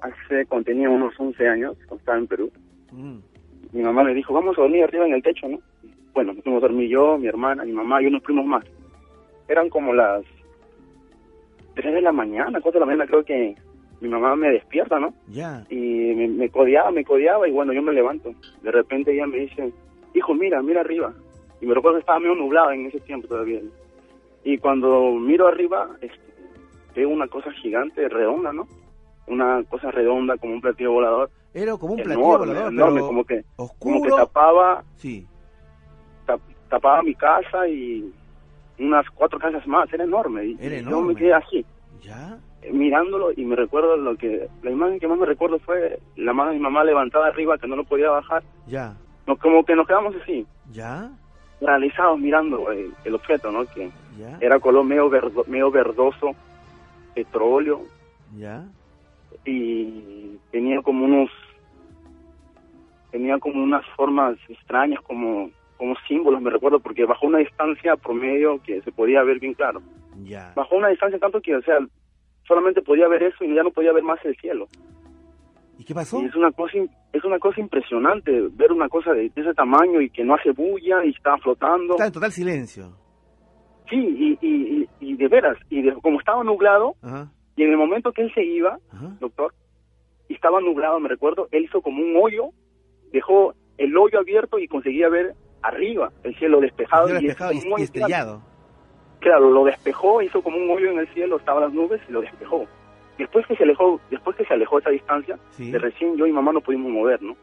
Hace, cuando tenía unos 11 años, cuando estaba en Perú, Mm, mi mamá me dijo, vamos a dormir arriba en el techo, ¿no? Bueno, nos fuimos a dormir yo, mi hermana, mi mamá y unos primos más. Eran como las 3 de la mañana, 4 de la mañana creo que mi mamá me despierta, ¿no? Ya. Y me, me codeaba, me codeaba y bueno, yo me levanto. De repente ella me dice, hijo, mira, mira arriba. Y me recuerdo que estaba medio nublado en ese tiempo todavía. ¿no? Y cuando miro arriba, este, veo una cosa gigante, redonda, ¿no? Una cosa redonda como un platillo volador. Era como un platillo enorme, volador, enorme, pero como que, como que oscuro. tapaba, Sí. tap- tapaba mi casa y unas cuatro casas más, era enorme. Y, Era y yo enorme. me quedé así. ¿Ya? mirándolo y me recuerdo lo que la imagen que más me recuerdo fue la mano de mi mamá levantada arriba que no lo podía bajar ¿Ya? no, como que nos quedamos así ¿Ya? paralizados mirando el, el objeto no que ¿Ya? era color medio verdo- medio verdoso petróleo ¿Ya? y tenía como unos tenía como unas formas extrañas como como símbolos me recuerdo porque bajo una distancia promedio que se podía ver bien claro ¿Ya? bajo una distancia tanto que o sea solamente podía ver eso y ya no podía ver más el cielo ¿Y qué pasó? Y es una cosa im- es una cosa impresionante ver una cosa de, de ese tamaño y que no hace bulla y está flotando. Está en total silencio. Sí, y, y, y, y de veras, y de- como estaba nublado, Ajá. y en el momento que él se iba, Ajá. doctor, y estaba nublado, me recuerdo, él hizo como un hoyo, dejó el hoyo abierto y conseguía ver arriba el cielo despejado. Yo y despejado hizo y, como un y hoyo gigante. estrellado. Claro, lo despejó, hizo como un hoyo en el cielo, estaban las nubes y lo despejó. Después que se alejó, después que se alejó esa distancia, Sí. de recién yo y mamá no pudimos mover, ¿no?